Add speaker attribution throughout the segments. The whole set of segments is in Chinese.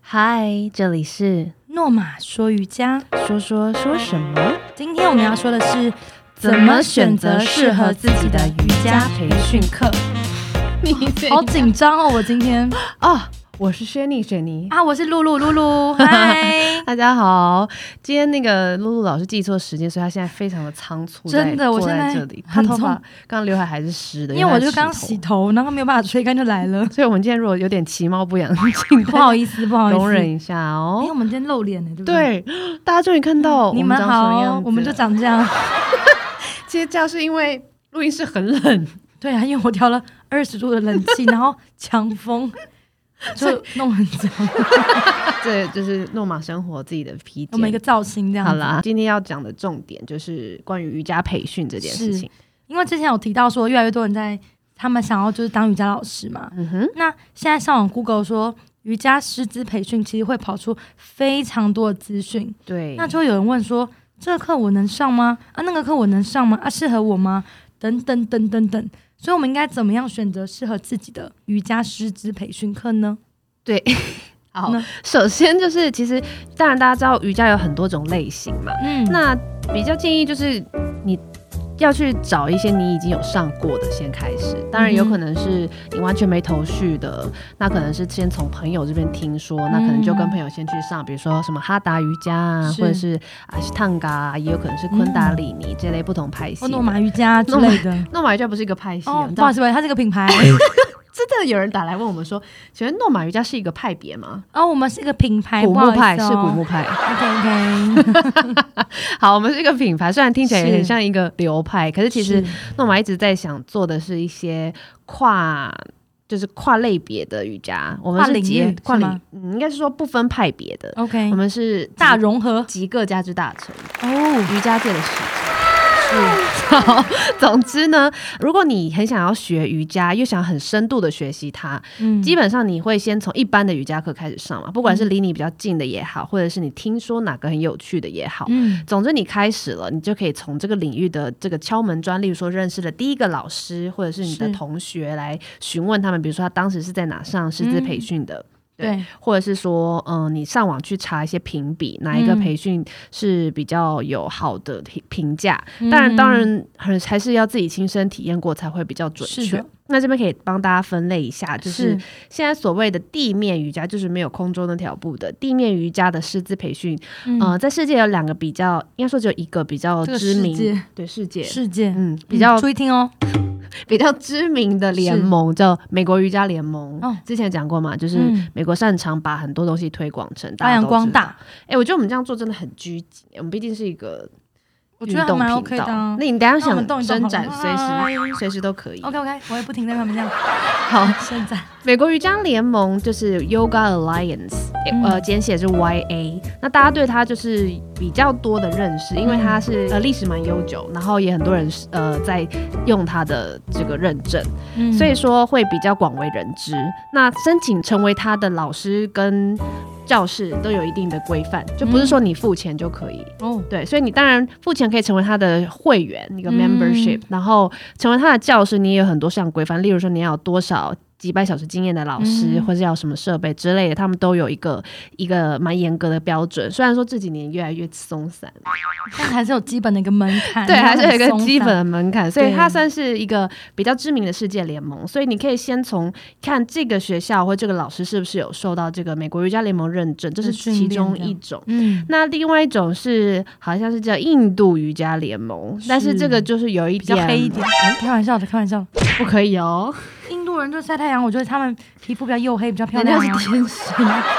Speaker 1: 嗨，这里是
Speaker 2: 诺玛说瑜伽，
Speaker 1: 说说说什么？
Speaker 2: 今天我们要说的是课。好紧张哦，我今天
Speaker 1: 哦，我是轩妮，雪妮。，
Speaker 2: 啊，我是露露露 露，嗨
Speaker 1: 大家好，今天那个露露老师记错时间，所以她现在非常的仓促在，
Speaker 2: 真的我
Speaker 1: 坐
Speaker 2: 现
Speaker 1: 在
Speaker 2: 在
Speaker 1: 这里，她
Speaker 2: 很
Speaker 1: 头发
Speaker 2: 匆
Speaker 1: 刚刘海还是湿的，
Speaker 2: 因为
Speaker 1: 她
Speaker 2: 我
Speaker 1: 在
Speaker 2: 就刚
Speaker 1: 头，
Speaker 2: 洗，头，然后没有办法吹干就来了
Speaker 1: 所以我们今天如果有点其貌不扬，请
Speaker 2: 不
Speaker 1: 大
Speaker 2: 好意思，不好
Speaker 1: 家
Speaker 2: 意思，
Speaker 1: 容忍一下
Speaker 2: 哎，
Speaker 1: 哦
Speaker 2: 我。们今天露脸呢，对不？
Speaker 1: 对，大家终于看到
Speaker 2: 嗯你
Speaker 1: 们长什么样
Speaker 2: 好
Speaker 1: 子，
Speaker 2: 我们就
Speaker 1: 了。
Speaker 2: 长这样。
Speaker 1: 其实这样是因为录音室很 冷，
Speaker 2: 对啊，因为我调了二十度的冷气，然后强 风，就弄很脏。
Speaker 1: 这就是诺玛生活自己的披
Speaker 2: 我们
Speaker 1: 肩
Speaker 2: 一个。造型这样。
Speaker 1: 好，啦，今天要讲的重点就是关于瑜伽培训这件事
Speaker 2: 是
Speaker 1: 情。
Speaker 2: 因为之前有提到说，越来越多人在他们想要就是当瑜伽老师嘛。
Speaker 1: 嗯哼，
Speaker 2: 那现在上网 Google 说瑜伽师资培训，其实会跑出非常多的资讯。
Speaker 1: 对，
Speaker 2: 那就会有人问说，这个课我能上吗？啊，那个课我能上吗？啊，适合我吗？等等等等等。所以，我们应该怎么样选择适合自己的瑜伽师资培训课呢？
Speaker 1: 好
Speaker 2: 呢，
Speaker 1: 首先就是其实，当然大家知道瑜伽有很多种类型嘛，
Speaker 2: 嗯，
Speaker 1: 那比较建议就是你。要去找一些你已经有上过的先开始，当然有
Speaker 2: 嗯哼
Speaker 1: 可能是你完全没头绪的，那可能是先从朋友这边听说，那可能就跟
Speaker 2: 嗯
Speaker 1: 朋友先去上，比如说什么哈达瑜伽啊，
Speaker 2: 是嗯
Speaker 1: 或者是啊西烫嘎啊，也有可能是昆达里尼这类不同派系
Speaker 2: 或
Speaker 1: 的。
Speaker 2: 诺玛瑜伽之类的。
Speaker 1: 诺玛瑜伽不是一个派系哦，
Speaker 2: 哦
Speaker 1: 你，知
Speaker 2: 不好
Speaker 1: 道
Speaker 2: 意思，它是个 品牌。
Speaker 1: 真的 有人打来问我们说，请问诺玛瑜伽是一个派别吗？
Speaker 2: 哦，我们是一个品牌，
Speaker 1: 古
Speaker 2: 不好
Speaker 1: 墓
Speaker 2: 意思
Speaker 1: 派
Speaker 2: 哦
Speaker 1: 是古墓派。
Speaker 2: OK OK，
Speaker 1: 好，我们是一个品牌，虽然听起来有点
Speaker 2: 是
Speaker 1: 像一个流派，可是 其实诺玛一直在想做的是一些跨。就是跨类别的瑜伽，我们
Speaker 2: 跨
Speaker 1: 是
Speaker 2: 领
Speaker 1: 结
Speaker 2: 域
Speaker 1: 跨
Speaker 2: 是
Speaker 1: 领
Speaker 2: 吗，
Speaker 1: 嗯，应该是说不分派别的，
Speaker 2: OK，
Speaker 1: 我们是
Speaker 2: 大
Speaker 1: 集
Speaker 2: 融合
Speaker 1: 集各家之大成，
Speaker 2: 哦，
Speaker 1: 瑜伽界的使者。 好，总之呢，如果你很想要学瑜伽，又想很深度的学习它，
Speaker 2: 嗯
Speaker 1: 基本上你会先从一般的瑜伽课开始上嘛，不管是离你比较近的也好，或者是你听说哪个很有趣的也好，
Speaker 2: 嗯
Speaker 1: 总之，你开始了，你就可以从这个领域的这个敲门砖，例如说认识了第一个老师，或者是你的
Speaker 2: 是
Speaker 1: 同学来询问他们，比如说他当时是在哪上
Speaker 2: 嗯
Speaker 1: 师资培训的，
Speaker 2: 对，
Speaker 1: 或者是说，嗯、你上网去查一些评比，哪一个
Speaker 2: 嗯
Speaker 1: 培训是比较有好的评评价。
Speaker 2: 嗯
Speaker 1: 当然，当然很还是要自己亲身体验过才会比较准
Speaker 2: 是
Speaker 1: 确
Speaker 2: 的。
Speaker 1: 那这边可以帮大家分类一下，就是
Speaker 2: 是
Speaker 1: 现在所谓的地面瑜伽，就是没有空中那条布的地面瑜伽的师资培训，呃，
Speaker 2: 嗯
Speaker 1: 在世界有两个比较，应该说只有一个比较
Speaker 2: 这个
Speaker 1: 知
Speaker 2: 世
Speaker 1: 名，
Speaker 2: 界
Speaker 1: 对世界，
Speaker 2: 世界
Speaker 1: 嗯，比较、
Speaker 2: 注意听哦，
Speaker 1: 比较知名的联
Speaker 2: 是
Speaker 1: 盟叫美国瑜伽联盟。
Speaker 2: 哦
Speaker 1: 之前讲过嘛，就是
Speaker 2: 嗯
Speaker 1: 美国擅长把很多东西推广成大
Speaker 2: 发
Speaker 1: 家
Speaker 2: 扬
Speaker 1: 都
Speaker 2: 光
Speaker 1: 知道。
Speaker 2: 大，
Speaker 1: 哎、我觉得我们这样做真的很拘谨，我们毕竟是一个
Speaker 2: 我
Speaker 1: 运
Speaker 2: 觉得还
Speaker 1: 动频
Speaker 2: 蛮
Speaker 1: 道。
Speaker 2: OK 的啊。
Speaker 1: 那你等一下
Speaker 2: 那我
Speaker 1: 想
Speaker 2: 们动一动好
Speaker 1: 伸
Speaker 2: 了
Speaker 1: 展，随
Speaker 2: 嗨
Speaker 1: 时随时都可以。
Speaker 2: OK OK，我也不停在他们这样
Speaker 1: 好，
Speaker 2: 伸展，
Speaker 1: 美国瑜伽联盟就是 Yoga Alliance，、诶
Speaker 2: 嗯
Speaker 1: 呃，简写是 YA。那大家对它就是比较多的认识，因为它是
Speaker 2: 嗯
Speaker 1: 呃历史蛮悠久，然后也很多人是呃在用它的这个认证，
Speaker 2: 嗯
Speaker 1: 所以说会比较广为人知。那申请成为它的老师跟教室都有一定的规范，就
Speaker 2: 嗯
Speaker 1: 不是说你付钱就可以。
Speaker 2: 哦，
Speaker 1: 对，所以你当然付钱可以成为他的会员，一个
Speaker 2: 嗯
Speaker 1: membership，、然后成为他的教师，你也有很多项规范，例如说你要有多少几百小时经验的老师，
Speaker 2: 嗯
Speaker 1: 或是要什么设备之类的，他们都有一个一个蛮严格的标准。虽然说这几年越来越松散，
Speaker 2: 但还是有基本的一个门槛，
Speaker 1: 对，
Speaker 2: 然后
Speaker 1: 还是有一个
Speaker 2: 很松
Speaker 1: 基本
Speaker 2: 散，
Speaker 1: 的门槛，所以
Speaker 2: 对
Speaker 1: 它算是一个比较知名的世界联盟。所以你可以先从看这个学校或这个老师是不是有受到这个美国瑜伽联盟认证，这是
Speaker 2: 的训练
Speaker 1: 其中
Speaker 2: 这样
Speaker 1: 一种。
Speaker 2: 嗯，
Speaker 1: 那另外一种是好像是叫印度瑜伽联盟，但是这个就是有一
Speaker 2: 比较
Speaker 1: 点
Speaker 2: 黑一点，哎开玩笑的，开玩笑的。
Speaker 1: 不可以哦，
Speaker 2: 印度人就晒太阳，我觉得他们皮肤比较黝黑，比较漂
Speaker 1: 人
Speaker 2: 亮
Speaker 1: 家是
Speaker 2: 啊，
Speaker 1: 天生。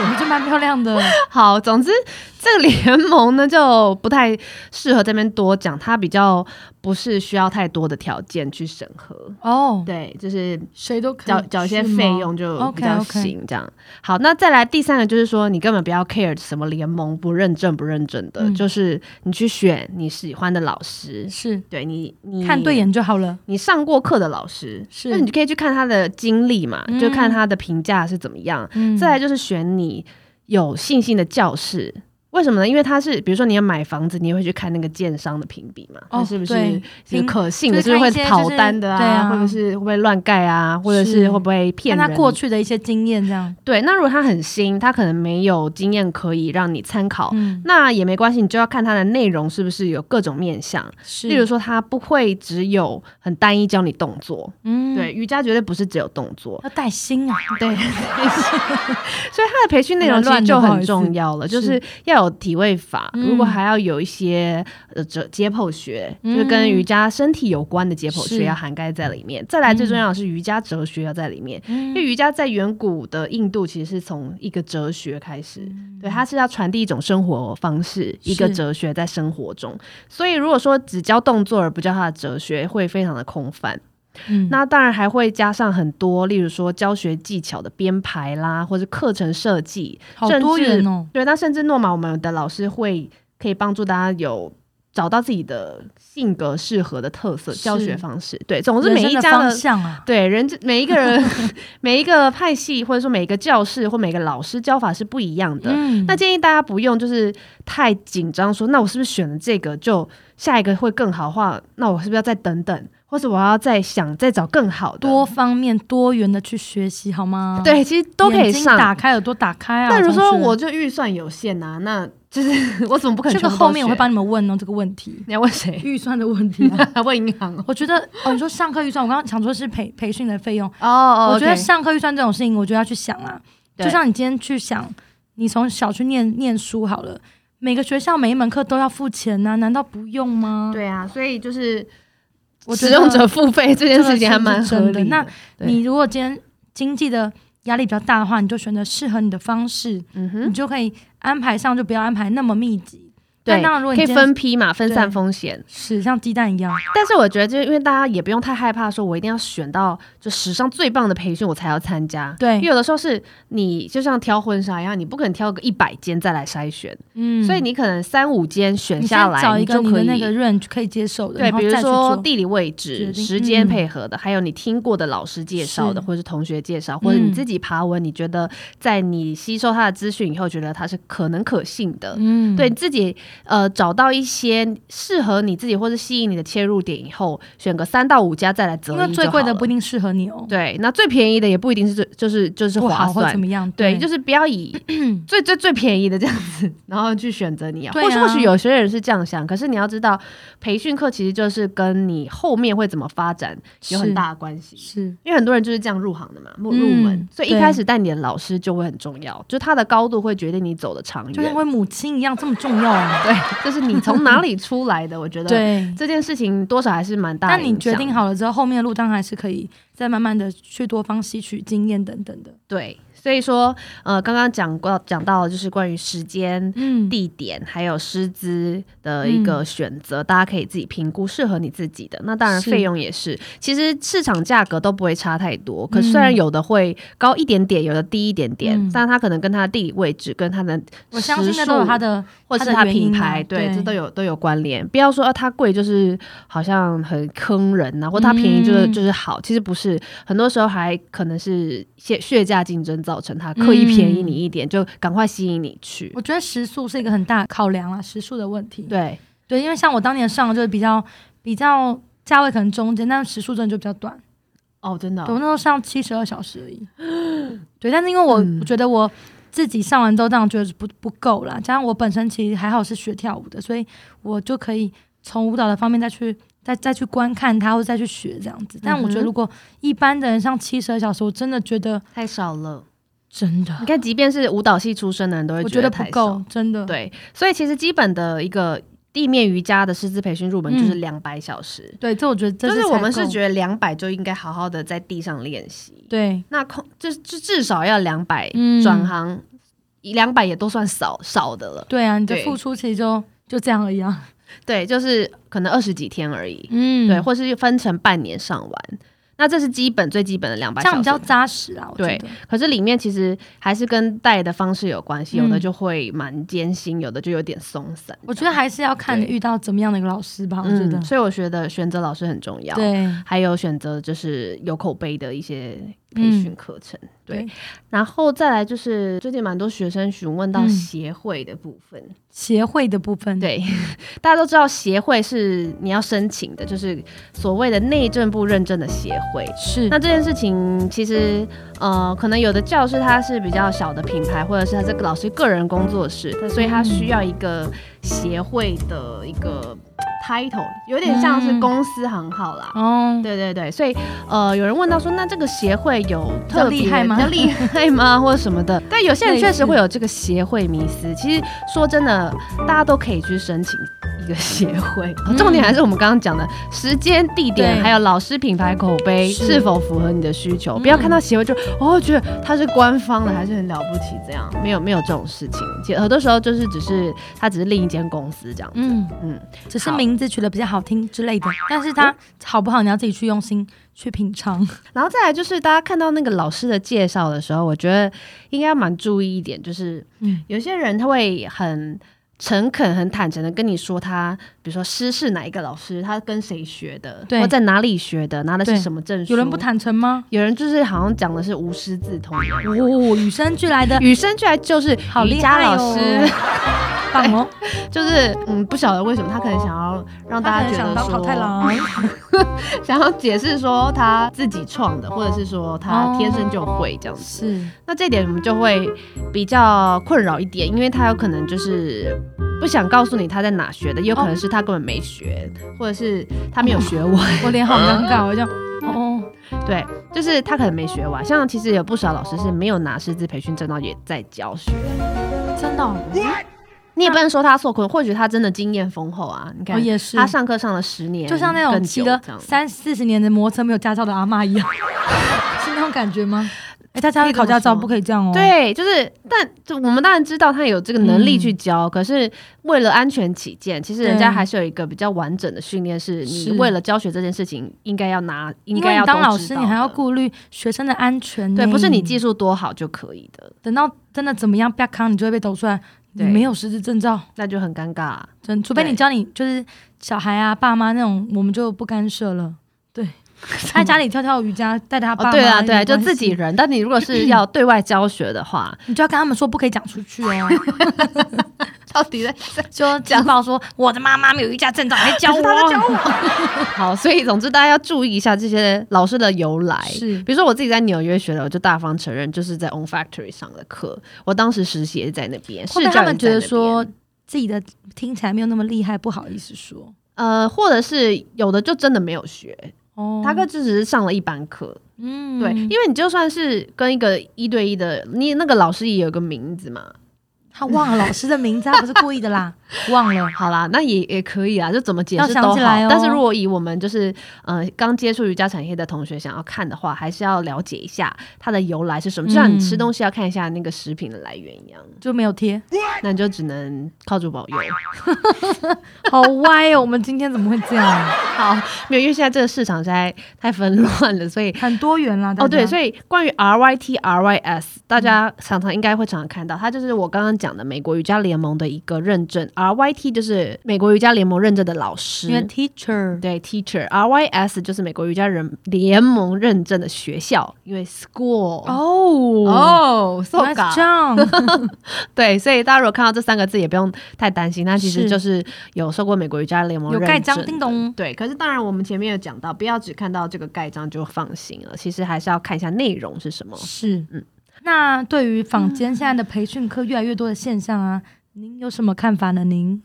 Speaker 2: 我觉得蛮漂亮的。
Speaker 1: 好，总之这个联盟呢就不太适合这边多讲，它比较不是需要太多的条件去审核。
Speaker 2: 哦，
Speaker 1: 对，就是
Speaker 2: 谁都可以
Speaker 1: 缴缴一些费用
Speaker 2: 是
Speaker 1: 就
Speaker 2: 吗
Speaker 1: 比较
Speaker 2: OK，OK
Speaker 1: 行，这样。好，那再来第三个就是说，你根本不要 care 什么联盟不认证不认证的，
Speaker 2: 嗯
Speaker 1: 就是你去选你喜欢的老师
Speaker 2: 吗，，是
Speaker 1: 对你你
Speaker 2: 看对眼就好了。
Speaker 1: 你上过课的老师，
Speaker 2: 是
Speaker 1: 嗯那你就可以去看他的经历嘛，
Speaker 2: 嗯
Speaker 1: 就看他的评价是怎么样。
Speaker 2: 嗯
Speaker 1: 再来就是选你有信心的教室，为什么呢？因为它是，比如说你要买房子，你也会去看那个建商的评比嘛，
Speaker 2: 哦
Speaker 1: 它是不是
Speaker 2: 对
Speaker 1: 是可信的，
Speaker 2: 就是
Speaker 1: 不是会
Speaker 2: 看一些
Speaker 1: 跑单的
Speaker 2: 就是对
Speaker 1: 啊，
Speaker 2: 啊
Speaker 1: 或者是会不会乱盖啊，或者是
Speaker 2: 是
Speaker 1: 会不会骗
Speaker 2: 看
Speaker 1: 人？
Speaker 2: 他过去的一些经验这样。
Speaker 1: 对，那如果他很新，他可能没有经验可以让你参考，
Speaker 2: 嗯，
Speaker 1: 那也没关系，你就要看它的内容是不是有各种面向。
Speaker 2: 是
Speaker 1: 例如，说，它不会只有很单一教你动作，
Speaker 2: 嗯
Speaker 1: 对，，瑜伽绝对不是只有动作，
Speaker 2: 要带薪啊，
Speaker 1: 对，所以它的培训内容其实就很重要了，
Speaker 2: 不好
Speaker 1: 就
Speaker 2: 意思
Speaker 1: 是要有体位法，
Speaker 2: 嗯
Speaker 1: 如果还要有一些呃解解剖学，
Speaker 2: 嗯
Speaker 1: 就是跟瑜伽身体有关的解剖学
Speaker 2: 是
Speaker 1: 要涵盖在里面。再来最重要的是瑜伽哲学要在里面，因为
Speaker 2: 嗯，
Speaker 1: 瑜伽在远古的印度其实是从一个哲学开始，对，它是要传递一种生活方式，一个
Speaker 2: 嗯是
Speaker 1: 哲学在生活中。所以如果说只教动作而不教它的哲学，会非常的空泛。
Speaker 2: 嗯
Speaker 1: 那当然还会加上很多，例如说教学技巧的编排啦，或是课程设计。
Speaker 2: 好多元哦，
Speaker 1: 对，那甚至诺玛我们的老师会可以帮助大家有。找到自己的性格适合的特色
Speaker 2: 是
Speaker 1: 教学方式，对，总之
Speaker 2: 人
Speaker 1: 每
Speaker 2: 生
Speaker 1: 一
Speaker 2: 的
Speaker 1: 家
Speaker 2: 方
Speaker 1: 的
Speaker 2: 向啊，
Speaker 1: 对，人这每一个人、每一个派系，或者说每一个教室或每个老师教法是不一样的。
Speaker 2: 嗯
Speaker 1: 那建议大家不用就是太紧张，说那我是不是选了这个就下一个会更好的话，那我是不是要再等等，或者我要再想再找更好的？
Speaker 2: 多方面多元的去学习好吗？，
Speaker 1: 对，其实都可以
Speaker 2: 嗯眼睛打
Speaker 1: 上。
Speaker 2: 开，耳朵打开啊。
Speaker 1: 但如果说
Speaker 2: 同学
Speaker 1: 我就预算有限呐、那就是 我怎么不可能
Speaker 2: 这个
Speaker 1: 全部都
Speaker 2: 后面我会
Speaker 1: 学
Speaker 2: 帮你们问哦，这个问 题
Speaker 1: 你要问 谁？
Speaker 2: 预算的问题啊。
Speaker 1: 问银行哦
Speaker 2: 我觉得哦，你说上课预算，我刚刚想说是培培训的费用，
Speaker 1: 哦
Speaker 2: 我觉得上课预算这种事情，我觉得要去想啊。
Speaker 1: 对
Speaker 2: 就像你今天去想，你从小去念念书好了，每个学校每一门课都要付钱呐、难道不用吗？，
Speaker 1: 对啊，所以就是
Speaker 2: 我觉
Speaker 1: 使
Speaker 2: 得
Speaker 1: 用者付费这件事情还蛮
Speaker 2: 这
Speaker 1: 合
Speaker 2: 个是
Speaker 1: 理
Speaker 2: 真的那
Speaker 1: 对
Speaker 2: 你如果今天经济的压力比较大的话，你就选择适合你的方式，
Speaker 1: 嗯哼
Speaker 2: 你就可以安排上就不要安排那么密集。
Speaker 1: 对，
Speaker 2: 那当然如果
Speaker 1: 可
Speaker 2: 你
Speaker 1: 以
Speaker 2: 今天
Speaker 1: 分批嘛，分散
Speaker 2: 对
Speaker 1: 风险。
Speaker 2: 是像鸡蛋一样，
Speaker 1: 但是我觉得，就是因为大家也不用太害怕，说我一定要选到就史上最棒的培训我才要参加。
Speaker 2: 对
Speaker 1: 因为有的时候是你就像挑婚纱一样，你不可能挑个一百间再来筛选，
Speaker 2: 嗯，
Speaker 1: 所以你可能三五间选
Speaker 2: 你
Speaker 1: 下
Speaker 2: 先
Speaker 1: 来，
Speaker 2: 找
Speaker 1: 你
Speaker 2: 一个
Speaker 1: 就
Speaker 2: 你
Speaker 1: 可
Speaker 2: 的
Speaker 1: 以
Speaker 2: 那个 range 可以接受的，
Speaker 1: 对，
Speaker 2: 然后
Speaker 1: 比如
Speaker 2: 再去
Speaker 1: 说
Speaker 2: 做。
Speaker 1: 地理位
Speaker 2: 决
Speaker 1: 置、
Speaker 2: 定
Speaker 1: 时间
Speaker 2: 嗯
Speaker 1: 配合的，还有你听过的老师介绍的，
Speaker 2: 是
Speaker 1: 或者是同学介绍，或者你
Speaker 2: 嗯
Speaker 1: 自己爬文，你觉得在你吸收他的资讯以后，觉得他是可能可信的，
Speaker 2: 嗯，
Speaker 1: 对你自己呃找到一些适合你自己或是吸引你的切入点以后，选个三到五家再来择
Speaker 2: 因
Speaker 1: 一
Speaker 2: 为最
Speaker 1: 就
Speaker 2: 贵
Speaker 1: 好
Speaker 2: 的不
Speaker 1: 了
Speaker 2: 一定适合你哦，
Speaker 1: 对，那最便宜的也不一定是最就是就是
Speaker 2: 不
Speaker 1: 划
Speaker 2: 好或怎
Speaker 1: 算。
Speaker 2: 么样，
Speaker 1: 对，
Speaker 2: 是
Speaker 1: 就是不要 以最最最便宜的这样子，然后去选择你要。
Speaker 2: 对
Speaker 1: 或许或
Speaker 2: 啊
Speaker 1: 许有些人是这样想，可是你要知道，培训课其实就是跟你后面会怎么发展有很大的关系。
Speaker 2: 是
Speaker 1: 因为很多人就是这样入行的嘛，入
Speaker 2: 嗯
Speaker 1: 入门，所以一
Speaker 2: 对
Speaker 1: 开始带你的老师就会很重要，就他的高度会决定你走的长远。
Speaker 2: 就像跟母亲一样这么重要啊。
Speaker 1: 对，就是你从哪里出来的，我觉得
Speaker 2: 对，
Speaker 1: 这件事情多少还是蛮大的
Speaker 2: 那
Speaker 1: 影响。
Speaker 2: 你决定好了之后，后面的路当然还是可以再慢慢的去多方吸取经验等等的。
Speaker 1: 对，所以说呃，刚刚讲过讲到就是关于时间。
Speaker 2: 嗯，
Speaker 1: 地点还有师资的一个选择，大家可以自己评估适合你自己的。那当然
Speaker 2: 是
Speaker 1: 费用也是，其实市场价格都不会差太多。可
Speaker 2: 嗯
Speaker 1: 虽然有的会高一点点，有的低一点点，
Speaker 2: 嗯
Speaker 1: 但它可能跟它的地理位置、跟它的
Speaker 2: 我相信
Speaker 1: 时
Speaker 2: 那都有
Speaker 1: 数
Speaker 2: 它的
Speaker 1: 或是
Speaker 2: 它的
Speaker 1: 它
Speaker 2: 原
Speaker 1: 品
Speaker 2: 因啊
Speaker 1: 牌，对，
Speaker 2: 对
Speaker 1: 这都有都有关联。不要说啊，它贵就是好像很坑人啊呐、或它便宜就是、
Speaker 2: 嗯
Speaker 1: 就是好，其实不是，很多时候还可能是血血价竞争造成它刻意便宜你一点，就赶快吸引你去。
Speaker 2: 嗯我觉得时速是一个很大的考量啦，时速的问题。
Speaker 1: 对，
Speaker 2: 对，因为像我当年上的就是比较比较价位可能中间，但时速真的就比较短。
Speaker 1: 哦，真的
Speaker 2: 对我那时候上七十二小时而已。 对，但是因为我、
Speaker 1: 嗯
Speaker 2: 我觉得我自己上完之后，当然觉得不不够啦，加上我本身其实还好是学跳舞的，所以我就可以从舞蹈的方面再去再再去观看它，或者再去学这样子。但我觉
Speaker 1: 嗯
Speaker 2: 得
Speaker 1: 哼
Speaker 2: 如果一般的人上七十二小时，我真的觉得
Speaker 1: 太少了。
Speaker 2: 真的
Speaker 1: 你，看，即便是舞蹈系出身的人都会
Speaker 2: 我觉得不
Speaker 1: 太少。
Speaker 2: 够，真的。
Speaker 1: 对，所以其实基本的一个地面瑜伽的师资培训入门就是两百小时。
Speaker 2: 对，这我觉得这
Speaker 1: 嗯就是我们是
Speaker 2: 得
Speaker 1: 觉得两百就应该好好的在地上练习，
Speaker 2: 对，
Speaker 1: 那空就是至至少要两百、
Speaker 2: 嗯
Speaker 1: 转行，两百也都算少少的了。
Speaker 2: 对啊，你的
Speaker 1: 对
Speaker 2: 付出其实就就这样而已啊。
Speaker 1: 对，就是可能二十几天而已，
Speaker 2: 嗯
Speaker 1: 对，或是分成半年上完。那这是基本最基本的两百
Speaker 2: 这样
Speaker 1: 小
Speaker 2: 比
Speaker 1: 时，
Speaker 2: 较扎实啊，我觉
Speaker 1: 对
Speaker 2: 得。
Speaker 1: 可是里面其实还是跟带的方式有关系，有的
Speaker 2: 嗯
Speaker 1: 就会蛮艰辛，有的就有点松散。
Speaker 2: 我觉得还是要看
Speaker 1: 对嗯
Speaker 2: 遇到怎么哦样的一个老师吧，我觉得
Speaker 1: 嗯，。所以我觉得选择老师很重要，
Speaker 2: 对，
Speaker 1: 还有选择就是有口碑的一些培训课程。对
Speaker 2: 对，
Speaker 1: 然后再来就是最近蛮多学生询问到
Speaker 2: 嗯
Speaker 1: 协会的部分，
Speaker 2: 协会的部分，，
Speaker 1: 对， 大家都知道协会是你要申请的，就是所谓的内政部认证的协会。
Speaker 2: 是
Speaker 1: 那这件事情其实，呃，可能有的教师他是比较小的品牌，或者是他是老师个人工作室，那所以他需
Speaker 2: 嗯
Speaker 1: 要一个协会的一个 title，有点像是
Speaker 2: 嗯
Speaker 1: 公司行号啦。
Speaker 2: 哦，
Speaker 1: 对对对，所以呃，有人问到说，那这个协会有特别
Speaker 2: 比较厉害吗
Speaker 1: 比较厉害吗？ 或者什么的？但有些人确实会有这个协会迷思。其实说真的，大家都可以去申请一个协 会，
Speaker 2: 嗯
Speaker 1: 重点还是我们刚刚讲的时间、地点，
Speaker 2: 对
Speaker 1: 还有老师品牌口碑
Speaker 2: 是
Speaker 1: 是否符合你的需求。不要看到协会就哦，觉得它是官方的，还是很了不起，这样没有没有这种事情。其实很多时候就是只是它只是另一间公司这样子。
Speaker 2: 嗯
Speaker 1: 嗯
Speaker 2: 嗯，只是
Speaker 1: 好
Speaker 2: 名字取得比较好听之类的，但是它好不好，你要自己去用心去品尝。
Speaker 1: 然后再来就是大家看到那个老师的介绍的时候，我觉得应该蛮注意一点，就是
Speaker 2: 嗯，
Speaker 1: 有些人他会很诚恳、很坦诚的跟你说他，比如说师是哪一个老师，他跟谁学的，
Speaker 2: 对
Speaker 1: 或在哪里学的，拿的是
Speaker 2: 对
Speaker 1: 什么证书。
Speaker 2: 有人不，坦诚吗？
Speaker 1: 有人就是好像讲的是无师自通一样，
Speaker 2: 哦，与生俱来的，
Speaker 1: 与生俱来就是
Speaker 2: 好
Speaker 1: 瑜
Speaker 2: 厉
Speaker 1: 伽
Speaker 2: 害
Speaker 1: 老
Speaker 2: 哦
Speaker 1: 师，
Speaker 2: 棒哦，
Speaker 1: 就是嗯，不晓得为什么他可能想要让 大
Speaker 2: 他可
Speaker 1: 家觉
Speaker 2: 能想
Speaker 1: 得
Speaker 2: 当
Speaker 1: 说
Speaker 2: 桃 太郎，
Speaker 1: 想要解释说他自己创的，或者是说他
Speaker 2: 哦
Speaker 1: 天生就会这样子。
Speaker 2: 是
Speaker 1: 那这点我们就会比较困扰一点，因为他有可能就是不想告诉你他在哪学的，也有
Speaker 2: 哦
Speaker 1: 可能是他根本没学，或者是他没有学完。
Speaker 2: 我脸好尴尬，我就哦，
Speaker 1: 对，就是他可能没学完。像其实有不少老师是没有拿师资培训证，然后也在教学。
Speaker 2: 真的哦，
Speaker 1: 你也不能说他受困，或许他真的经验丰厚啊。你看，
Speaker 2: 哦也是
Speaker 1: 他上课上了十年，
Speaker 2: 就像那种
Speaker 1: 更
Speaker 2: 骑
Speaker 1: 久
Speaker 2: 了
Speaker 1: 这样
Speaker 2: 三四十年的摩托车没有驾照的阿嬷一样， 是那种感觉吗？哎，大家要考驾照不可以这样哦。，
Speaker 1: 对，就是，但就我们当然知道他有这个能力去教，可是为了安全起见，其实人家
Speaker 2: 嗯对
Speaker 1: 还是有一个比较完整的训练，是你
Speaker 2: 是
Speaker 1: 为了教学这件事情应该要拿，应
Speaker 2: 因
Speaker 1: 该
Speaker 2: 为
Speaker 1: 要
Speaker 2: 你当
Speaker 1: 都
Speaker 2: 老
Speaker 1: 知
Speaker 2: 师，
Speaker 1: 道
Speaker 2: 你还要
Speaker 1: 的
Speaker 2: 顾嗯虑学生的安全呢。
Speaker 1: 对，不是你技术多好就可以的，
Speaker 2: 等到真的怎么样，啪康你就会被抖出来，你
Speaker 1: 对
Speaker 2: 没有实质证照，
Speaker 1: 那就很尴尬、啊。
Speaker 2: 真除非
Speaker 1: 对
Speaker 2: 你教你就是小孩啊、爸妈那种，我们就不干涉了。 对，在家里跳跳瑜伽，带着他爸妈、
Speaker 1: 哦，对啊，对啊，
Speaker 2: 没
Speaker 1: 就
Speaker 2: 关系
Speaker 1: 自己，人。但你如果是要对外教学的 话，
Speaker 2: 你就要跟他们说不可以讲出 去哦，
Speaker 1: 到底在
Speaker 2: 就警报说我的妈妈没有瑜伽证照，还教我，
Speaker 1: 他在教我？好，所以总之大家要注意一下这些老师的由来。
Speaker 2: 是
Speaker 1: 比如说我自己在纽约学的，我就大方承认，就是在 On Factory 上的课。我当时实习也是在那边，
Speaker 2: 会
Speaker 1: 试
Speaker 2: 不会
Speaker 1: 教
Speaker 2: 他
Speaker 1: 也
Speaker 2: 们
Speaker 1: 在
Speaker 2: 觉
Speaker 1: 那
Speaker 2: 得说
Speaker 1: 边，
Speaker 2: 自己的听起来没有那么厉害，不好意思说
Speaker 1: 呃，或者是有的就真的没有学，
Speaker 2: 哦，
Speaker 1: 他哥就只是上了一班课。
Speaker 2: 嗯
Speaker 1: 对，因为你就算是跟一个一对一的，你那个老师也有个名字嘛。
Speaker 2: 他忘了老师的名字，他不是故意的啦， 忘了。
Speaker 1: 好啦，那也也可以啊，就怎么解
Speaker 2: 要
Speaker 1: 释
Speaker 2: 想
Speaker 1: 都好。
Speaker 2: 起来哦
Speaker 1: 但是如果以我们就是呃刚接触瑜伽产业的同学想要看的话，还是要了解一下它的由来是什么，就像你
Speaker 2: 嗯
Speaker 1: 吃东西要看一下那个食品的来源一样，
Speaker 2: 就没有贴，
Speaker 1: 那你就只能靠主保佑。
Speaker 2: 好歪哦！我们今天怎么会这样？啊
Speaker 1: 好，没有，因为现在这个市场实在太纷乱了， 所以。
Speaker 2: 很多元啦，
Speaker 1: 哦，对，
Speaker 2: 以
Speaker 1: 所以关于 R Y T R Y S，大
Speaker 2: 嗯
Speaker 1: 家常常应该会常常看到，它就是我刚刚讲的美国瑜伽联盟的一个认证，R Y T 就是美国瑜伽联盟认证的老师，
Speaker 2: 因为 teacher
Speaker 1: 对，teacher R Y S 就是美国瑜伽人联盟认证的学校，因为 school
Speaker 2: 哦
Speaker 1: 哦，so
Speaker 2: ，nice
Speaker 1: ga
Speaker 2: job，
Speaker 1: 对，所以大家如果看到这三个字，也不用太担心，它其实
Speaker 2: 是
Speaker 1: 就是有受过美国瑜伽联盟
Speaker 2: 有
Speaker 1: 认
Speaker 2: 盖
Speaker 1: 证
Speaker 2: 章，叮咚，
Speaker 1: 对，可是当然我们前面有讲到，不要只看到这个盖章就放心了，其实还是要看一下内容是什么。
Speaker 2: 是
Speaker 1: 嗯。
Speaker 2: 那对于坊间现在的培训课越来越多的现象啊，您有什么看法呢？您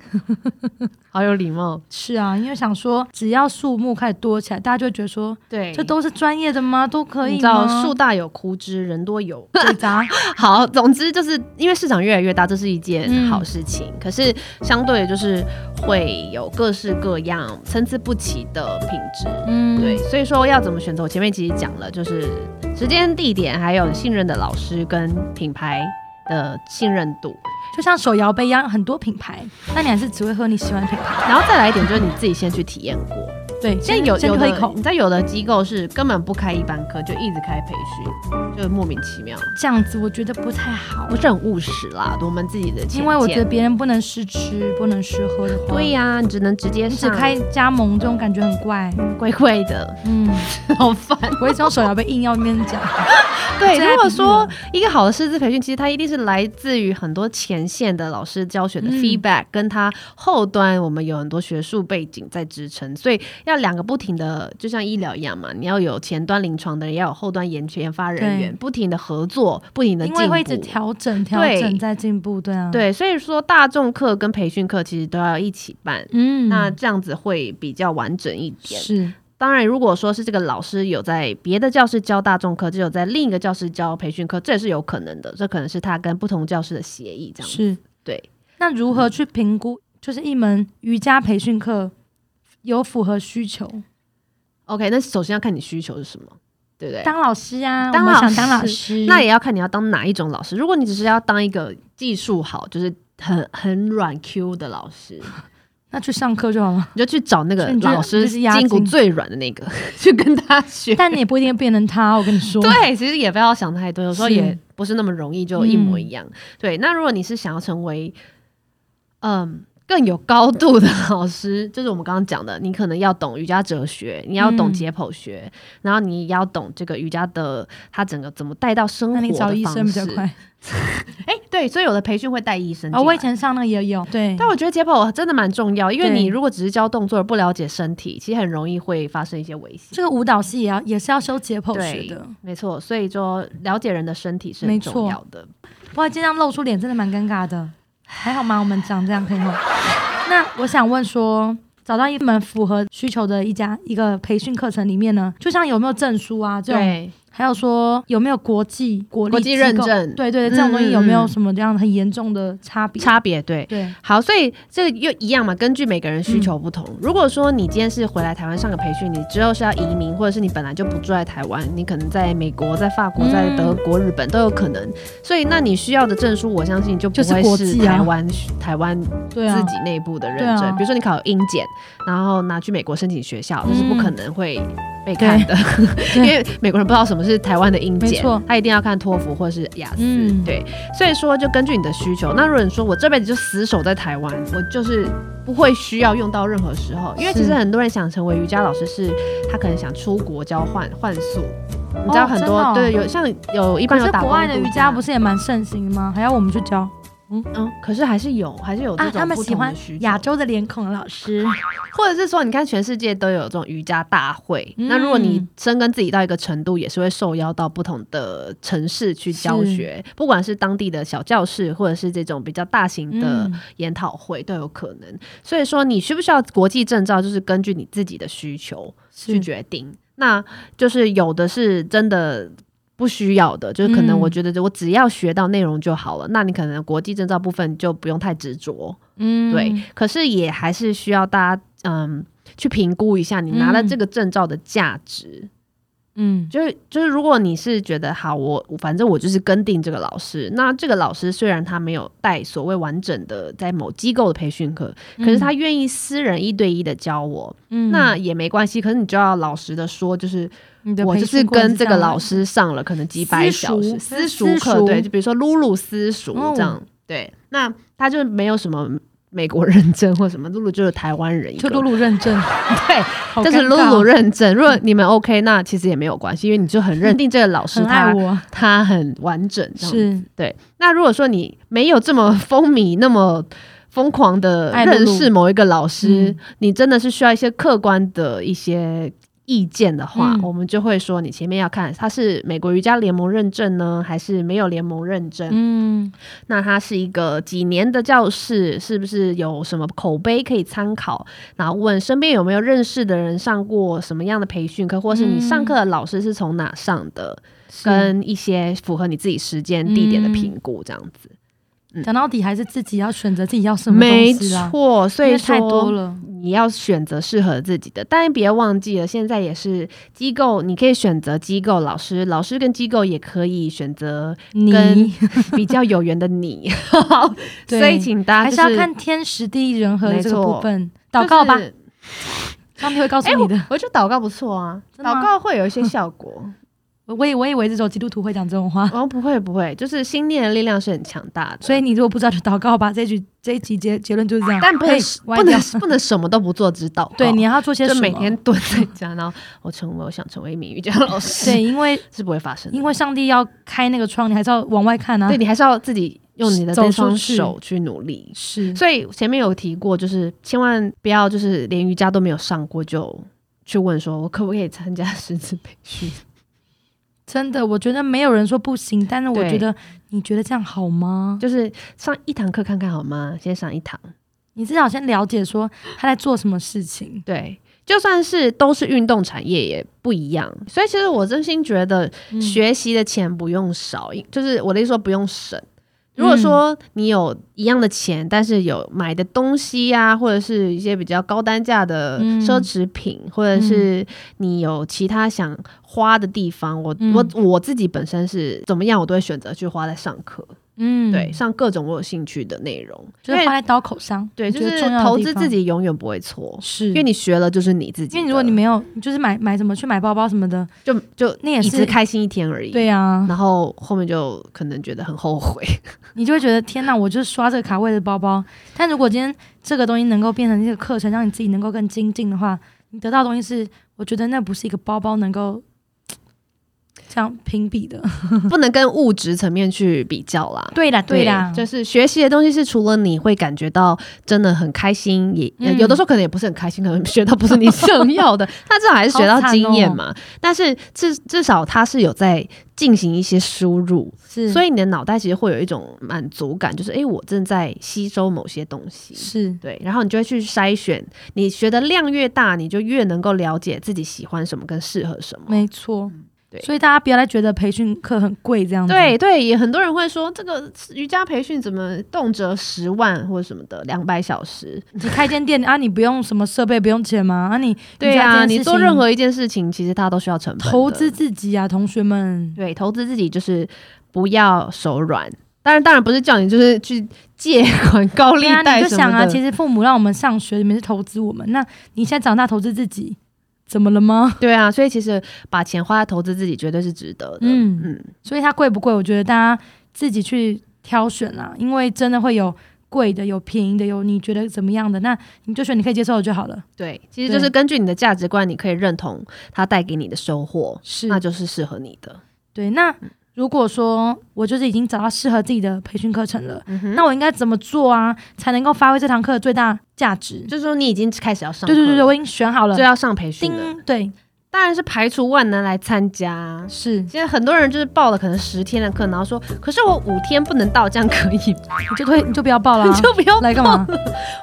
Speaker 1: 好有礼貌，
Speaker 2: 是啊，因为想说，只要数目开始多起来，大家就会觉得说，
Speaker 1: 对
Speaker 2: 这都是专业的吗？都可
Speaker 1: 你
Speaker 2: 以
Speaker 1: 知道
Speaker 2: 吗？
Speaker 1: 树大有枯枝，人多有
Speaker 2: 嘴杂，
Speaker 1: 好，总之就是因为市场越来越大，这是一件
Speaker 2: 嗯
Speaker 1: 好事情。可是相对的就是会有各式各样、参差不齐的品质。
Speaker 2: 嗯，
Speaker 1: 对，，所以说要怎么选择？我前面其实讲了，就是时间、地点，还有信任的老师跟品牌的信任度。
Speaker 2: 就像手摇杯一样，很多品牌，那你还是只会喝你喜欢的品牌。
Speaker 1: 然后再来一点，就是你自己先去体验过。
Speaker 2: 对，
Speaker 1: 现在
Speaker 2: 先
Speaker 1: 有
Speaker 2: 先
Speaker 1: 有
Speaker 2: 喝一
Speaker 1: 的
Speaker 2: 口
Speaker 1: 你，知道有的机构是根本不开一般科，就一直开培训，就莫名其妙，
Speaker 2: 这样子我觉得不太好
Speaker 1: 不，是很务实啦。我们自己的浅见，
Speaker 2: 因为我觉得别人不能试吃，不能试喝的话，
Speaker 1: 对呀、你只能直接
Speaker 2: 你只
Speaker 1: 上
Speaker 2: 开加盟这种感觉很怪。
Speaker 1: 贵贵 的，
Speaker 2: 嗯，
Speaker 1: 好烦。
Speaker 2: 我一直用手摇被硬要那边讲，
Speaker 1: 对，
Speaker 2: 最爱
Speaker 1: 如果
Speaker 2: 比喻
Speaker 1: 说
Speaker 2: 了
Speaker 1: 一个好的师资培训，其实它一定是来自于很多前线的老师教学的
Speaker 2: 嗯
Speaker 1: feedback，、跟它后端我们有很多学术背景在支撑，所以要两个不停的，就像医疗一样嘛，你要有前端临床的人，也要有后端研研发人员，
Speaker 2: 对
Speaker 1: 不停的合作，不停的
Speaker 2: 因
Speaker 1: 进
Speaker 2: 为会一直
Speaker 1: 步。
Speaker 2: 调整、调
Speaker 1: 对
Speaker 2: 整再进步，对啊，，
Speaker 1: 对，所以说大众课跟培训课其实都要一起办，
Speaker 2: 嗯，
Speaker 1: 那这样子会比较完整一点。
Speaker 2: 是
Speaker 1: 当然，如果说是这个老师有在别的教室教大众课，就有在另一个教室教培训课，这也是有可能的。这可能是他跟不同教室的协议这样子。
Speaker 2: 是，
Speaker 1: 对。
Speaker 2: 那如何去评估，就是一门瑜伽培训课有符合需求？
Speaker 1: OK，那首先要看你需求是什么，对不对？
Speaker 2: 当老师啊，
Speaker 1: 当
Speaker 2: 我们
Speaker 1: 老
Speaker 2: 想当老
Speaker 1: 师
Speaker 2: 师，
Speaker 1: 那也要看你要当哪一种老师。如果你只是要当一个技术好，就是很很软 Q 的老师，
Speaker 2: 那去上课就好了。
Speaker 1: 你就去找那个
Speaker 2: 所以你就
Speaker 1: 老师
Speaker 2: 就是压
Speaker 1: 筋骨
Speaker 2: 筋
Speaker 1: 最软的那个， 去跟他学。
Speaker 2: 但你也不一定变成他，我跟你说，
Speaker 1: 对，其实也不要想太多，有时候
Speaker 2: 是嗯
Speaker 1: 也不是那么容易就一模一样。对，那如果你是想要成为，嗯。更有高度的老师，就是我们刚刚讲的，你可能要懂瑜伽哲学，你要懂
Speaker 2: 嗯
Speaker 1: 解剖学，然后你也要懂这个瑜伽的它整个怎么带到生活
Speaker 2: 那你
Speaker 1: 的
Speaker 2: 找
Speaker 1: 方式。
Speaker 2: 医生比较快。
Speaker 1: 哎、对，所以有的培训会带医生
Speaker 2: 啊、
Speaker 1: 进
Speaker 2: 我
Speaker 1: 来
Speaker 2: 以前上那个也有，对，
Speaker 1: 但我觉得解剖真的蛮重要，因为
Speaker 2: 对
Speaker 1: 你如果只是教动作而不了解身体，其实很容易会发生一些危险。
Speaker 2: 这个舞蹈系也要也是要修解剖
Speaker 1: 对
Speaker 2: 学的，
Speaker 1: 没错，所以说了解人的身体是很
Speaker 2: 没错
Speaker 1: 重要的。
Speaker 2: 不然经常露出脸真的蛮尴尬的。还好吗？我们长这样可以吗？ 那我想问说，找到一门符合需求的一家一个培训课程里面呢，就像有没有证书啊这种，
Speaker 1: 对，
Speaker 2: 还有说有没有国际国
Speaker 1: 国
Speaker 2: 力
Speaker 1: 际
Speaker 2: 机构
Speaker 1: 认证
Speaker 2: 对对对，这种东西有没
Speaker 1: 嗯嗯
Speaker 2: 有
Speaker 1: 嗯
Speaker 2: 什么这样很严重的差别？
Speaker 1: 差别对。
Speaker 2: 对，
Speaker 1: 好，所以这个又一样嘛，根据每个人需求不同。如果说你今天是回来台湾上个培训，你之后是要移民，或者是你本来就不住在台湾，你可能在美国、在法国、
Speaker 2: 嗯
Speaker 1: 在德国、日本都有可能。所以，那你需要的证书，我相信就不
Speaker 2: 就是
Speaker 1: 会
Speaker 2: 国
Speaker 1: 是
Speaker 2: 际啊
Speaker 1: 台湾、台湾
Speaker 2: 对啊
Speaker 1: 自，己内部的认
Speaker 2: 对啊
Speaker 1: 证。比如说你考英检，然后拿去美国申请学校，这是不可能会被看的，因
Speaker 2: 嗯对
Speaker 1: 为美国人不知道什么是台湾的英
Speaker 2: 没
Speaker 1: 检
Speaker 2: 错，
Speaker 1: 他一定要看托福或是雅思。
Speaker 2: 嗯
Speaker 1: 对，所以说就根据你的需求。那如果你说我这辈子就死守在台湾，我就是。不会需要用到任何时候，因为
Speaker 2: 是
Speaker 1: 其实很多人想成为瑜伽老师是，他可能想出国交换换宿，你知道
Speaker 2: 哦
Speaker 1: 很多、
Speaker 2: 真的哦
Speaker 1: 对有像有一般
Speaker 2: 可
Speaker 1: 有
Speaker 2: 是
Speaker 1: 打
Speaker 2: 国
Speaker 1: 工
Speaker 2: 外的
Speaker 1: 度
Speaker 2: 瑜伽
Speaker 1: 假
Speaker 2: 不是也蛮盛行吗？还要我们去教
Speaker 1: 嗯，可是还是有还是有这
Speaker 2: 啊？
Speaker 1: 种
Speaker 2: 他们
Speaker 1: 不
Speaker 2: 喜
Speaker 1: 同的
Speaker 2: 欢
Speaker 1: 需求
Speaker 2: 亚洲的脸孔的老师，
Speaker 1: 或者是说，你看全世界都有这种瑜伽大会，
Speaker 2: 嗯
Speaker 1: 那如果你深耕自己到一个程度，也是会受邀到不同的城市去教学，不管是当地的小教室，或者是这种比较大型的
Speaker 2: 嗯
Speaker 1: 研讨会都有可能。所以说，你需不需要国际证照，就是根据你自己的需求去
Speaker 2: 是
Speaker 1: 决定。那就是有的是真的。不需要的，就是可能
Speaker 2: 嗯
Speaker 1: 我觉得我只要学到内容就好了。那你可能国际证照部分就不用太执着，
Speaker 2: 嗯
Speaker 1: 对，可是也还是需要大家嗯去评估一下你拿了这个证照的价值。
Speaker 2: 嗯，
Speaker 1: 就是就是，如果你是觉得好，我我反正我就是跟定这个老师，那这个老师虽然他没有带所谓完整的在某机构的培训课，可是他愿意私人一对一的教我，
Speaker 2: 嗯
Speaker 1: 那也没关系。可是你就要老实的说，就是
Speaker 2: 你的
Speaker 1: 我
Speaker 2: 培
Speaker 1: 就是
Speaker 2: 训过程
Speaker 1: 跟这个
Speaker 2: 样啊
Speaker 1: 老师上了可能几百小时私
Speaker 2: 私
Speaker 1: 塾
Speaker 2: 塾
Speaker 1: 课，
Speaker 2: 私塾
Speaker 1: 对，就比如说露露私塾
Speaker 2: 哦
Speaker 1: 这样，对，那他就没有什么美国 认证或什么，露露就是台湾人一
Speaker 2: 就
Speaker 1: 个，
Speaker 2: 露露认证，
Speaker 1: 对，
Speaker 2: 好
Speaker 1: 这是
Speaker 2: 尴
Speaker 1: 露
Speaker 2: 尬哦
Speaker 1: 露认证。如果你们 OK，那其实也没有关系，因为你就很 认定这个老师
Speaker 2: 很爱
Speaker 1: 他
Speaker 2: 我，
Speaker 1: 他很完整，这样
Speaker 2: 是
Speaker 1: 对。那如果说你没有这么风靡那么。疯狂的
Speaker 2: 爱露
Speaker 1: 认
Speaker 2: 露
Speaker 1: 识某一个老师，
Speaker 2: 嗯
Speaker 1: 你真的是需要一些客观的一些意见的话，
Speaker 2: 嗯
Speaker 1: 我们就会说你前面要看他是美国瑜伽联盟认证呢，还是没有联盟认证？
Speaker 2: 嗯，
Speaker 1: 那它是一个几年的教室，是不是有什么口碑可以参考？然后问身边有没有认识的人上过什么样的培训课，或是你上课的老师是从哪上的，跟一些符合你自己时间地
Speaker 2: 嗯
Speaker 1: 点的评估，这样子。
Speaker 2: 讲到底还是自己要选择自己要什么
Speaker 1: 没
Speaker 2: 东西啦，
Speaker 1: 错，所
Speaker 2: 因
Speaker 1: 以
Speaker 2: 为太多
Speaker 1: 了。
Speaker 2: 了，
Speaker 1: 你要选择适合自己的，但别忘记了，现在也是机构，你可以选择机构老师，老师跟机构也可以选择跟
Speaker 2: 你
Speaker 1: 比较有缘的你。
Speaker 2: 对
Speaker 1: 所以请大
Speaker 2: 还
Speaker 1: 家、就是
Speaker 2: 要看天时地利人和的这个
Speaker 1: 没错
Speaker 2: 部分，祷告吧
Speaker 1: 就，是
Speaker 2: 上帝会告诉
Speaker 1: 哎
Speaker 2: 你的。
Speaker 1: 我觉得祷告不错啊，
Speaker 2: 真的吗
Speaker 1: 祷告会有一些效果。
Speaker 2: 我以我以为这种基督徒会讲这种话，
Speaker 1: 哦，不会不会，就是心念的力量是很强大的，
Speaker 2: 所以你如果不知道就祷告吧。这一局这一集结结论就是这样，
Speaker 1: 但不能
Speaker 2: 哎
Speaker 1: 不
Speaker 2: 歪掉
Speaker 1: 能不能什么都不做，只祷告。
Speaker 2: 对你要做些什
Speaker 1: 就
Speaker 2: 么？
Speaker 1: 每天蹲在家，然后我成为我想成为一名瑜伽老师，
Speaker 2: 对，因为
Speaker 1: 是不会发生的。
Speaker 2: 因为上帝要开那个窗，你还是要往外看啊
Speaker 1: 对。你还是要自己用你的
Speaker 2: 走
Speaker 1: 这
Speaker 2: 出
Speaker 1: 双
Speaker 2: 去
Speaker 1: 手去努力。
Speaker 2: 是，
Speaker 1: 所以前面有提过，就是千万不要就是连瑜伽都没有上过就去问说，我可不可以参加师资培训？
Speaker 2: 真的，我觉得没有人说不行，但是我
Speaker 1: 对
Speaker 2: 觉得你觉得这样好吗？
Speaker 1: 就是上一堂课看看好吗？先上一堂，
Speaker 2: 你至少先了解说他在做什么事情。
Speaker 1: 对。就算是都是运动产业也不一样，所以其实我真心觉得
Speaker 2: 嗯
Speaker 1: 学习的钱不用少，就是我的意思说不用省。如果说你有一样的钱，但是有买的东西呀、或者是一些比较高单价的
Speaker 2: 嗯
Speaker 1: 奢侈品，或者是你有其他想花的地方，我、
Speaker 2: 嗯
Speaker 1: 我我自己本身是怎么样，我都会选择去花在上课，
Speaker 2: 嗯，
Speaker 1: 对，，上各种我有兴趣的内容，
Speaker 2: 就是
Speaker 1: 因
Speaker 2: 花
Speaker 1: 为
Speaker 2: 在刀口上。
Speaker 1: 对，
Speaker 2: 你
Speaker 1: 就
Speaker 2: 觉得
Speaker 1: 是
Speaker 2: 重要的
Speaker 1: 投
Speaker 2: 地
Speaker 1: 资
Speaker 2: 方
Speaker 1: 自，己永远不会错。
Speaker 2: 是
Speaker 1: 因为你学了就是你自己的，
Speaker 2: 因为如果你没有，就是买买什么去买包包什么的，
Speaker 1: 就就
Speaker 2: 那也
Speaker 1: 一
Speaker 2: 是
Speaker 1: 次开心一天而已，
Speaker 2: 对啊，
Speaker 1: 然后后面就可能觉得很后悔，
Speaker 2: 你就会觉得天哪，我就是刷这个卡位的包包。但如果今天这个东西能够变成一个课程，让你自己能够更精进的话，你得到的东西是，我觉得那不是一个包包能够这样评比的。
Speaker 1: 不能跟物质层面去比较啦。
Speaker 2: 对啦，对啦，
Speaker 1: 就是学习的东西是除了你会感觉到真的很开心，也、呃
Speaker 2: 嗯
Speaker 1: 有的时候可能也不是很开心，可能学到不是你 想要的，那至少还是学到
Speaker 2: 哦
Speaker 1: 经验嘛。但是至至少它是有在进行一些输入，
Speaker 2: 是，
Speaker 1: 所
Speaker 2: 以
Speaker 1: 以你的脑袋其实会有一种满足感，就是诶，我正在吸收某些东西。
Speaker 2: 是
Speaker 1: 对，然后你就会去筛选，你学的量越大，你就越能够了解自己喜欢什么跟适合什么。
Speaker 2: 没错。
Speaker 1: 对
Speaker 2: 所以大家不要再觉得培训课很贵这样子。
Speaker 1: 对对，也很多人会说这个瑜伽培训怎么动辄十万或者什么的，两百小时。
Speaker 2: 你开间店啊，你不用什么设备，不用钱吗？啊你，你
Speaker 1: 对
Speaker 2: 家
Speaker 1: 啊，
Speaker 2: 这件
Speaker 1: 你
Speaker 2: 事
Speaker 1: 做
Speaker 2: 情
Speaker 1: 任何一件事情，其实它都需要成本的。
Speaker 2: 投资自己啊，同学们，
Speaker 1: 对投资自己就是不要手软。当然，当然不是叫你就是去借款 高利
Speaker 2: 对啊，
Speaker 1: 贷
Speaker 2: 你就
Speaker 1: 什么
Speaker 2: 想啊，
Speaker 1: 的。
Speaker 2: 其实父母让我们上学，你们是投资我们，那你现在长大投资自己，怎么了吗？
Speaker 1: 对啊，所以其实把钱花在投资自己绝对是值得的。
Speaker 2: 嗯
Speaker 1: 嗯嗯，
Speaker 2: 所以它贵不贵？我觉得大家自己去挑选啦，因为真的会有贵的，有便宜的，有你觉得怎么样的，那你就选你可以接受的就好了。
Speaker 1: 对，其实就是
Speaker 2: 对
Speaker 1: 根据你的价值观，你可以认同它带给你的收获，
Speaker 2: 是
Speaker 1: 那就是适合你的。
Speaker 2: 对。那如果说我就是已经找到适合自己的培训课程了，
Speaker 1: 嗯哼
Speaker 2: 那我应该怎么做啊，才能够发挥这堂课的最大价值？
Speaker 1: 就是说你已经开始要上课
Speaker 2: 对
Speaker 1: 了，
Speaker 2: 对对对，我已经选好了
Speaker 1: 就。要上培训了。
Speaker 2: 叮，对，
Speaker 1: 当然是排除万难来参加。
Speaker 2: 是，
Speaker 1: 现在很多人就是报了可能十天的课，然后说，可是我五天不能到，这样可以 吗？
Speaker 2: 你就会你就不要报了、
Speaker 1: 你
Speaker 2: 啊，
Speaker 1: 就不要
Speaker 2: 来干嘛？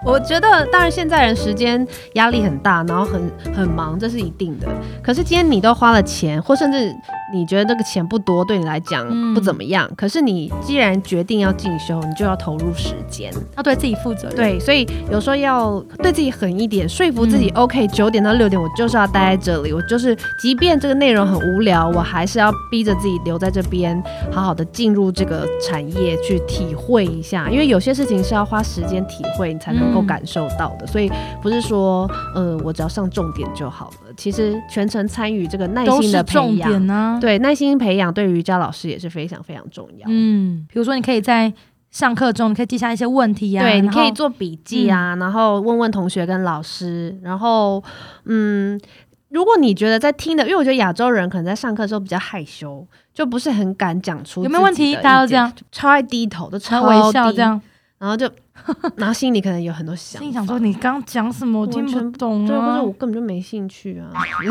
Speaker 1: 我觉得，当然现在人时间压力很大，然后很很忙，这是一定的。可是今天你都花了钱，或甚至你觉得这个钱不多，对你来讲
Speaker 2: 嗯
Speaker 1: 不怎么样。可是你既然决定要进修，你就要投入时间。
Speaker 2: 要对自己负责任。
Speaker 1: 对，所以有时候要对自己狠一点，说服自己。OK，九
Speaker 2: 嗯
Speaker 1: 点到六点，我就是要待在这里，我就是，即便这个内容很无聊，我还是要逼着自己留在这边，好好的进入这个产业去体会一下。因为有些事情是要花时间体会，你才能够
Speaker 2: 嗯
Speaker 1: 感受到的。所以不是说，呃，我只要上重点就好了。其实全程参与这个耐
Speaker 2: 都
Speaker 1: 心
Speaker 2: 是
Speaker 1: 的培
Speaker 2: 重点
Speaker 1: 养，
Speaker 2: 呢、
Speaker 1: 对啊耐心培养，对于瑜伽老师也是非常非常重要。
Speaker 2: 嗯，比如说你可以在上课中，你可以记下一些问题呀、
Speaker 1: 对，你可以
Speaker 2: 然后嗯
Speaker 1: 做笔记啊，然后问问同学跟老师，然后嗯，如果你觉得在听的，因为我觉得亚洲人可能在上课的时候比较害羞，就不是很敢讲出
Speaker 2: 有没有问
Speaker 1: 自己
Speaker 2: 题？
Speaker 1: 的
Speaker 2: 大家都
Speaker 1: 意
Speaker 2: 这
Speaker 1: 见，
Speaker 2: 样，
Speaker 1: 超爱低头，都
Speaker 2: 然
Speaker 1: 超
Speaker 2: 后微笑
Speaker 1: 低
Speaker 2: 这，样，
Speaker 1: 然 后就然后心里可能有很多想
Speaker 2: 心里
Speaker 1: 法
Speaker 2: 想说你刚讲什么，我
Speaker 1: 完
Speaker 2: 听不
Speaker 1: 全
Speaker 2: 懂
Speaker 1: 对，或
Speaker 2: 啊
Speaker 1: 者。我根本就没兴趣
Speaker 2: 哎
Speaker 1: 啊。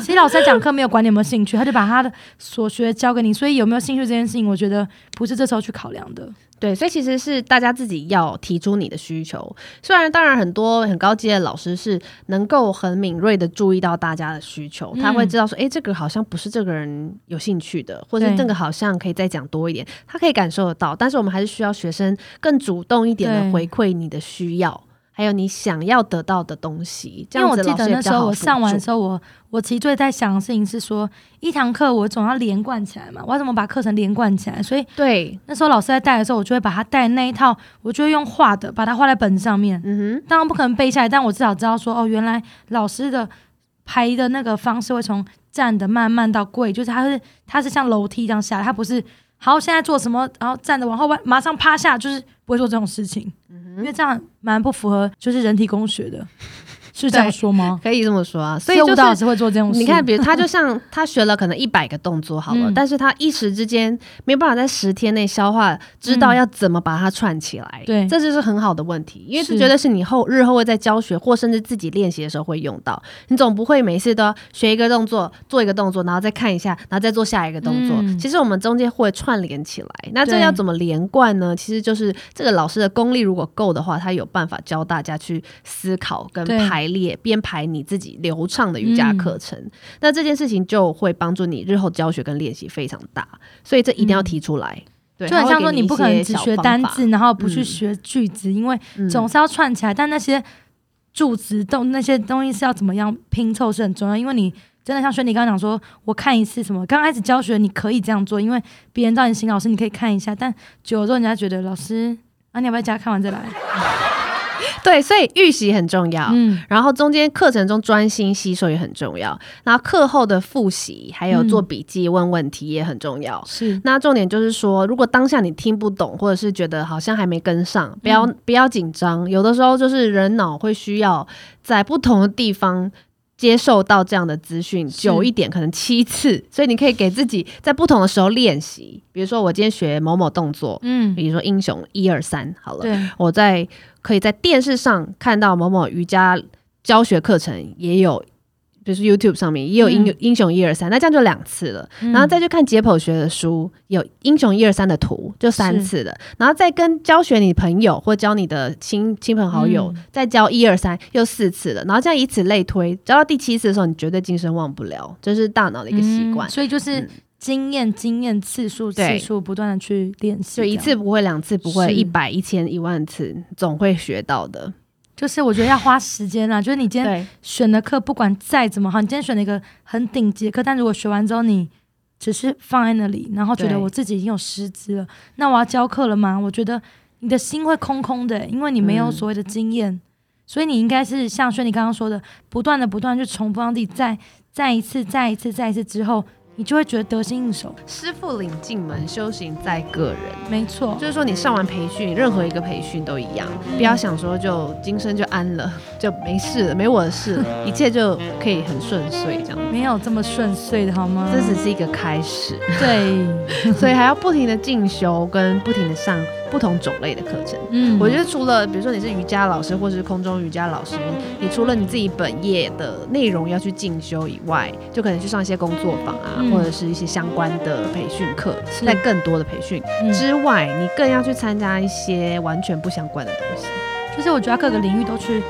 Speaker 2: 其实老师在讲课没有管你有没有兴趣，他就把他的所学教给你，所以有没有兴趣这件事情，我觉得不是这时候去考量的。
Speaker 1: 对，所以其实是大家自己要提出你的需求。虽然当然很多很高阶的老师是能够很敏锐的注意到大家的需求，他会
Speaker 2: 嗯
Speaker 1: 知道说，诶，这个好像不是这个人有兴趣的，或者
Speaker 2: 对
Speaker 1: 这个好像可以再讲多一点，他可以感受得到。但是我们还是需要学生更主动一点
Speaker 2: 对
Speaker 1: 的回馈你的需要。还有你想要得到的东西。这
Speaker 2: 因为
Speaker 1: 样
Speaker 2: 我
Speaker 1: 子
Speaker 2: 记
Speaker 1: 老
Speaker 2: 得
Speaker 1: 师也
Speaker 2: 那
Speaker 1: 比
Speaker 2: 时
Speaker 1: 较
Speaker 2: 候
Speaker 1: 好
Speaker 2: 我
Speaker 1: 辅
Speaker 2: 上完的
Speaker 1: 助
Speaker 2: 时候，我我其实最在想的事情是说，一堂课我总要连贯起来嘛，我要怎么把课程连贯起来？所以
Speaker 1: 对，
Speaker 2: 那时候老师在带的时候，我就会把他带的那一套，我就会用画的把它画在本子上面。
Speaker 1: 嗯
Speaker 2: 当然不可能背下来，但我至少知道说，哦，原来老师的排的那个方式会从站的慢慢到跪，就是它是它是像楼梯这样下来，它不是好现在做什么，然后站着往后弯，马上趴下，就是不会做这种事情，
Speaker 1: 嗯
Speaker 2: 因为这样蛮不符合就是人体工学的，是这样说吗
Speaker 1: 哼，？可以这么说啊。所以
Speaker 2: 只有
Speaker 1: 就
Speaker 2: 舞蹈老
Speaker 1: 是
Speaker 2: 师会做这种事，
Speaker 1: 你看，比如他就像 他学了可能一百个动作好了，
Speaker 2: 嗯
Speaker 1: 但是他一时之间没有办法在十天内消化，知道
Speaker 2: 嗯
Speaker 1: 要怎么把它串起来。
Speaker 2: 对
Speaker 1: 这就是很好的问题，因为这
Speaker 2: 是
Speaker 1: 绝对是你后日后会在教学或甚至自己练习的时候会用到。你总不会每次都要学一个动作，做一个动作，然后再看一下，然后再做下一个动作。
Speaker 2: 嗯
Speaker 1: 其实我们中间会串联起来，那这
Speaker 2: 对
Speaker 1: 要怎么连贯呢？其实就是这个老师的功力如果够的话，他有办法教大家去思考跟
Speaker 2: 对
Speaker 1: 排列编排你自己流畅的瑜伽课程。
Speaker 2: 嗯
Speaker 1: 那这件事情就会帮助你日后教学跟练习非常大，所以这一定要提出来。对，
Speaker 2: 嗯就很
Speaker 1: 它会
Speaker 2: 像
Speaker 1: 给
Speaker 2: 说
Speaker 1: 你
Speaker 2: 你不可能只学单字，
Speaker 1: 一
Speaker 2: 然后
Speaker 1: 嗯
Speaker 2: 不去学句子，因为
Speaker 1: 些小方法，
Speaker 2: 总是要串起来，但那些柱子动那些东西是要怎么样拼凑是很重要，因为你真的像轩迪刚刚讲说，我看一次什么，刚开始教学你可以这样做，因为别人叫你新老师，你可以看一下，但久了之后人家觉得老师啊，你要不要加看完再来？
Speaker 1: 对，所以预习很重要。
Speaker 2: 嗯，
Speaker 1: 然后中间课程中专心吸收也很重要，然后课后的复习还
Speaker 2: 嗯
Speaker 1: 有做笔记、问问题也很重要。
Speaker 2: 是
Speaker 1: 那重点就是说，如果当下你听不懂，或者是觉得好像还没跟上，不
Speaker 2: 嗯
Speaker 1: 要、不要紧张。有的时候就是人脑会需要在不同的地方接受到这样的资讯，
Speaker 2: 是
Speaker 1: 久一点，可能七次。所以你可以给自己在不同的时候练习。比如说，我今天学某某动作，
Speaker 2: 嗯，
Speaker 1: 比如说英雄一二三，好了，
Speaker 2: 对，
Speaker 1: 我在可以在电视上看到某某瑜伽教学课程也有。比如说 YouTube 上面也有英、
Speaker 2: 嗯
Speaker 1: 英雄一二三，那这样就两次了。然后再去看解剖学的书，有英雄一二三的图，就三
Speaker 2: 是
Speaker 1: 次的。然后再跟教学你朋友或教你的亲亲朋好友，
Speaker 2: 嗯
Speaker 1: 再教一二三，又四次的。然后这样以此类推，教到第七次的时候，你绝对今生忘不了，这是大脑的一个习惯。
Speaker 2: 嗯所以就是
Speaker 1: 嗯
Speaker 2: 经验、经验次数、
Speaker 1: 对
Speaker 2: 次数不断的去练习，
Speaker 1: 就一
Speaker 2: 这
Speaker 1: 次
Speaker 2: 样。
Speaker 1: 不会，两次不会，
Speaker 2: 是
Speaker 1: 一百、一千、一万次总会学到的。
Speaker 2: 就是我觉得要花时间啦，就是你今天
Speaker 1: 对，
Speaker 2: 选的课不管再怎么好，你今天选了一个很顶级的课，但如果学完之后你只是放在那里，然后觉
Speaker 1: 对
Speaker 2: 得我自己已经有师资了，那我要教课了吗？我觉得你的心会空空的、因为你没有
Speaker 1: 嗯
Speaker 2: 所谓的经验，所以你应该是像轩你刚刚说的，不断的不断地去重复让自己再再一次、再一次、再一次之后，你就会觉得得心应手。
Speaker 1: 师傅领进门，修行在个人。
Speaker 2: 没错，
Speaker 1: 就是说，你上完培训，任何一个培训都一样，不要想说就今生就安了， 就没事了，没我的事了，
Speaker 2: 嗯
Speaker 1: 一切就可以很顺遂这样。
Speaker 2: 没有这么顺遂的好吗？
Speaker 1: 这只是一个开始，
Speaker 2: 对，
Speaker 1: 所以还要不停的进修，跟不停的上不同种类的课程。
Speaker 2: 嗯
Speaker 1: 我觉得除了比如说你是瑜伽老师或是空中瑜伽老师，你除了你自己本业的内容要去进修以外，就可能去上一些工作坊啊，
Speaker 2: 嗯
Speaker 1: 或者是一些相关的培训课，
Speaker 2: 是
Speaker 1: 在更多的培训
Speaker 2: 嗯
Speaker 1: 之外，你更要去参加一些完全不相关的东西。
Speaker 2: 就是我觉得各个领域都去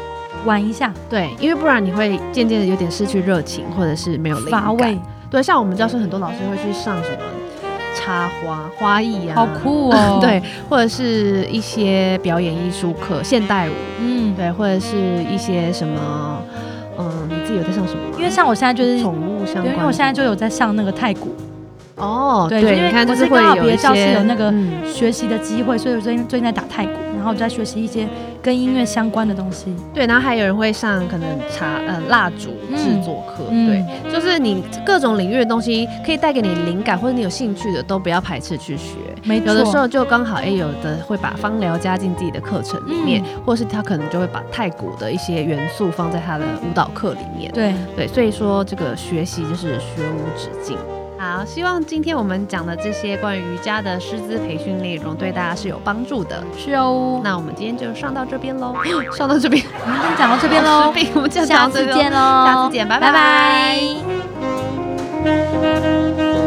Speaker 2: 玩一下，
Speaker 1: 对，因为不然你会渐渐的有点失去热情，或者是没有灵感
Speaker 2: 乏味。，
Speaker 1: 对，像我们教室很多老师会去上什么插花、花艺啊，
Speaker 2: 好酷哦。
Speaker 1: 对，，或者是一些表演艺术课、现代舞，
Speaker 2: 嗯，
Speaker 1: 对，或者是一些什么，嗯，你自己有在上什么吗？
Speaker 2: 因为像我现在就是，
Speaker 1: 宠物相
Speaker 2: 对
Speaker 1: 关，
Speaker 2: 因为我现在就有在上那个太鼓，
Speaker 1: 哦，
Speaker 2: 对因为
Speaker 1: 你看
Speaker 2: 我
Speaker 1: 就是是会
Speaker 2: 刚好
Speaker 1: 有
Speaker 2: 别
Speaker 1: 一
Speaker 2: 的教室
Speaker 1: 些
Speaker 2: 有那个
Speaker 1: 嗯
Speaker 2: 学习的机会，所以我最近最近在打太鼓，然后我在学习一些跟音乐相关的东西。
Speaker 1: 对，然后还有人会上可能茶呃蜡烛制作课，
Speaker 2: 嗯
Speaker 1: 对，就是你各种领域的东西可以带给你灵感或者你有兴趣的都不要排斥去学。
Speaker 2: 没错，
Speaker 1: 有的时候就刚好，哎、有的会把芳疗加进自己的课程里面，
Speaker 2: 嗯
Speaker 1: 或是他可能就会把太古的一些元素放在他的舞蹈课里面。
Speaker 2: 对，
Speaker 1: 对，所以说这个学习就是学无止境。好，希望今天我们讲的这些关于瑜伽的师资培训内容对大家是有帮助的。
Speaker 2: 是哦。
Speaker 1: 那我们今天就上到这边喽， 上到这边
Speaker 2: 我们先讲到这
Speaker 1: 这
Speaker 2: 边 喽，
Speaker 1: 我们就
Speaker 2: 下
Speaker 1: 到这
Speaker 2: 次
Speaker 1: 边咯
Speaker 2: 见喽，
Speaker 1: 下次见拜拜
Speaker 2: 拜拜